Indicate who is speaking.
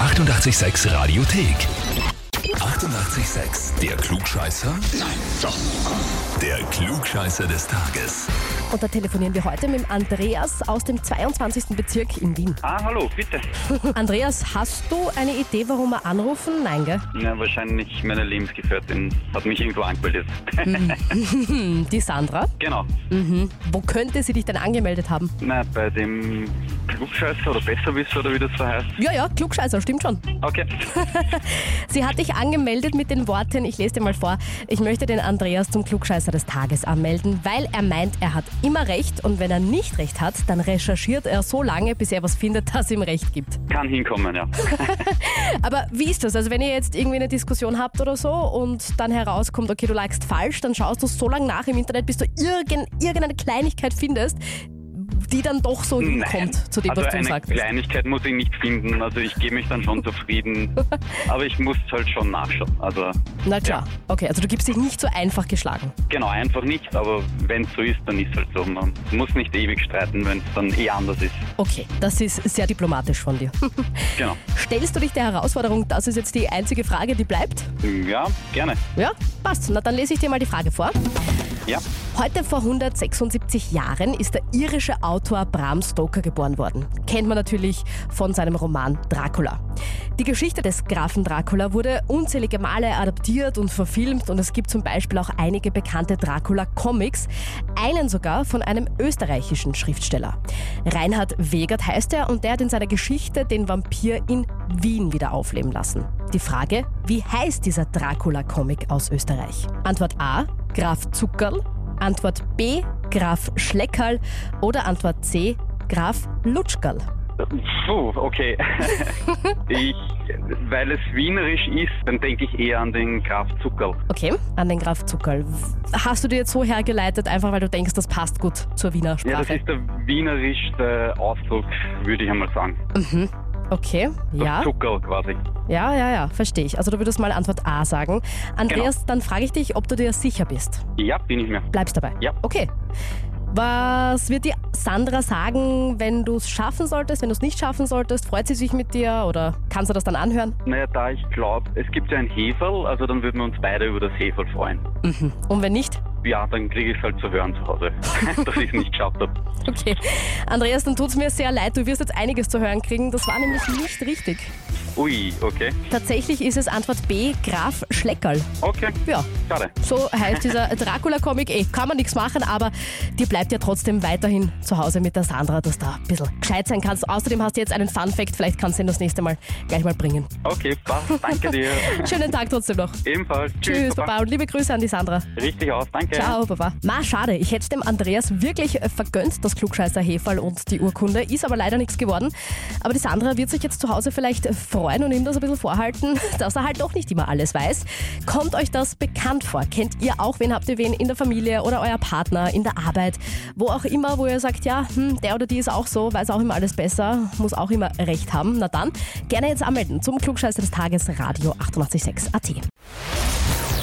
Speaker 1: 886 Radiothek. 88,6. Der Klugscheißer? Nein, doch. Der Klugscheißer des Tages.
Speaker 2: Und da telefonieren wir heute mit dem Andreas aus dem 22. Bezirk in Wien.
Speaker 3: Ah, hallo, bitte.
Speaker 2: Andreas, hast du eine Idee, warum wir anrufen? Nein, gell?
Speaker 3: Ja, wahrscheinlich meine Lebensgefährtin hat mich irgendwo angemeldet.
Speaker 2: Mhm. Hm, Die Sandra.
Speaker 3: genau.
Speaker 2: Wo könnte sie dich denn angemeldet haben?
Speaker 3: Na, bei dem Klugscheißer oder Besserwisser oder wie das so heißt.
Speaker 2: Ja, ja, Klugscheißer, stimmt schon.
Speaker 3: Okay.
Speaker 2: Sie hat dich angemeldet mit den Worten, ich lese dir mal vor, ich möchte den Andreas zum Klugscheißer des Tages anmelden, weil er meint, er hat immer recht und wenn er nicht recht hat, dann recherchiert er so lange, bis er was findet, das ihm recht gibt.
Speaker 3: Kann hinkommen, ja.
Speaker 2: Aber wie ist das? Also wenn ihr jetzt irgendwie eine Diskussion habt oder so und dann herauskommt, okay, du lagst falsch, dann schaust du so lange nach im Internet, bis du irgend, irgendeine Kleinigkeit findest, die dann doch so hinkommt zu dem,
Speaker 3: also
Speaker 2: was du
Speaker 3: eine
Speaker 2: sagst.
Speaker 3: Kleinigkeit muss ich nicht finden. Also ich gebe mich dann schon zufrieden. Aber ich muss halt schon nachschauen. Also
Speaker 2: Na klar, okay, also du gibst dich nicht so einfach geschlagen.
Speaker 3: genau, einfach nicht. Aber wenn es so ist, dann ist es halt so. Man muss nicht ewig streiten, wenn es dann eh anders ist.
Speaker 2: Okay, das ist sehr diplomatisch von dir.
Speaker 3: Genau.
Speaker 2: Stellst du dich der Herausforderung? Das ist jetzt die einzige Frage, die bleibt.
Speaker 3: Ja, gerne.
Speaker 2: Ja, passt. Na, dann lese ich dir mal die Frage vor.
Speaker 3: Ja.
Speaker 2: Heute vor 176 Jahren ist der irische Autor Bram Stoker geboren worden. Kennt man natürlich von seinem Roman Dracula. Die Geschichte des Grafen Dracula wurde unzählige Male adaptiert und verfilmt und es gibt zum Beispiel auch einige bekannte Dracula-Comics, einen sogar von einem österreichischen Schriftsteller. Reinhard Wegert heißt er und der hat in seiner Geschichte den Vampir in Wien wieder aufleben lassen. Die Frage, wie heißt dieser Dracula-Comic aus Österreich? Antwort A, Graf Zuckerl. Antwort B, Graf Schleckerl oder Antwort C, Graf Lutschkerl.
Speaker 3: Puh, okay. ich, weil es wienerisch ist, dann denke ich eher an den Graf Zuckerl.
Speaker 2: Okay, an den Graf Zuckerl. Hast du dir jetzt so hergeleitet, einfach weil du denkst, das passt gut zur Wiener
Speaker 3: Ja, das
Speaker 2: Sprache?
Speaker 3: ist der wienerischste Ausdruck, würde ich einmal sagen.
Speaker 2: okay,
Speaker 3: Das
Speaker 2: ja,
Speaker 3: Zuckerl quasi.
Speaker 2: ja, ja, ja, verstehe ich. Also du würdest mal Antwort A sagen. Andreas,
Speaker 3: Genau.
Speaker 2: dann frage ich dich, ob du dir sicher bist.
Speaker 3: Ja, bin ich mir.
Speaker 2: Bleibst dabei?
Speaker 3: Ja.
Speaker 2: Okay. Was wird dir Sandra sagen, wenn du es schaffen solltest, wenn du es nicht schaffen solltest? Freut sie sich mit dir oder kannst du das dann anhören?
Speaker 3: Naja, da ich glaube, es gibt ja ein Heferl, also dann würden wir uns beide über das Heferl freuen.
Speaker 2: Und wenn nicht?
Speaker 3: Ja, dann kriege ich es halt zu hören zu Hause, dass ich es nicht geschafft habe.
Speaker 2: Okay. Andreas, dann tut's mir sehr leid. Du wirst jetzt einiges zu hören kriegen. Das war nämlich nicht richtig.
Speaker 3: Ui, okay.
Speaker 2: Tatsächlich ist es Antwort B, Graf Schleckerl.
Speaker 3: Okay,
Speaker 2: Ja,
Speaker 3: schade.
Speaker 2: so heißt dieser Dracula-Comic. Eh, kann man nichts machen, aber dir bleibt ja trotzdem weiterhin zu Hause mit der Sandra, dass du da ein bisschen gescheit sein kannst. Außerdem hast du jetzt einen Fun-Fact. Vielleicht kannst du ihn das nächste Mal gleich mal bringen.
Speaker 3: Okay, passt. Danke dir.
Speaker 2: Schönen Tag trotzdem noch.
Speaker 3: Ebenfalls.
Speaker 2: Tschüss,
Speaker 3: Baba.
Speaker 2: Baba, und liebe Grüße an die Sandra.
Speaker 3: Richtig aus. Danke.
Speaker 2: Ciao, Baba. Ma, schade. Ich hätte dem Andreas wirklich äh, vergönnt, das Klugscheißer Heferl und die Urkunde. Ist aber leider nichts geworden. Aber die Sandra wird sich jetzt zu Hause vielleicht äh, freuen und ihm das ein bisschen vorhalten, dass er halt doch nicht immer alles weiß. Kommt euch das bekannt vor? Kennt ihr auch, wen habt ihr wen in der Familie oder euer Partner, in der Arbeit, wo auch immer, wo ihr sagt, ja, hm, der oder die ist auch so, weiß auch immer alles besser, muss auch immer recht haben. Na dann, gerne jetzt anmelden zum Klugscheißer des Tages Radio 886 AT.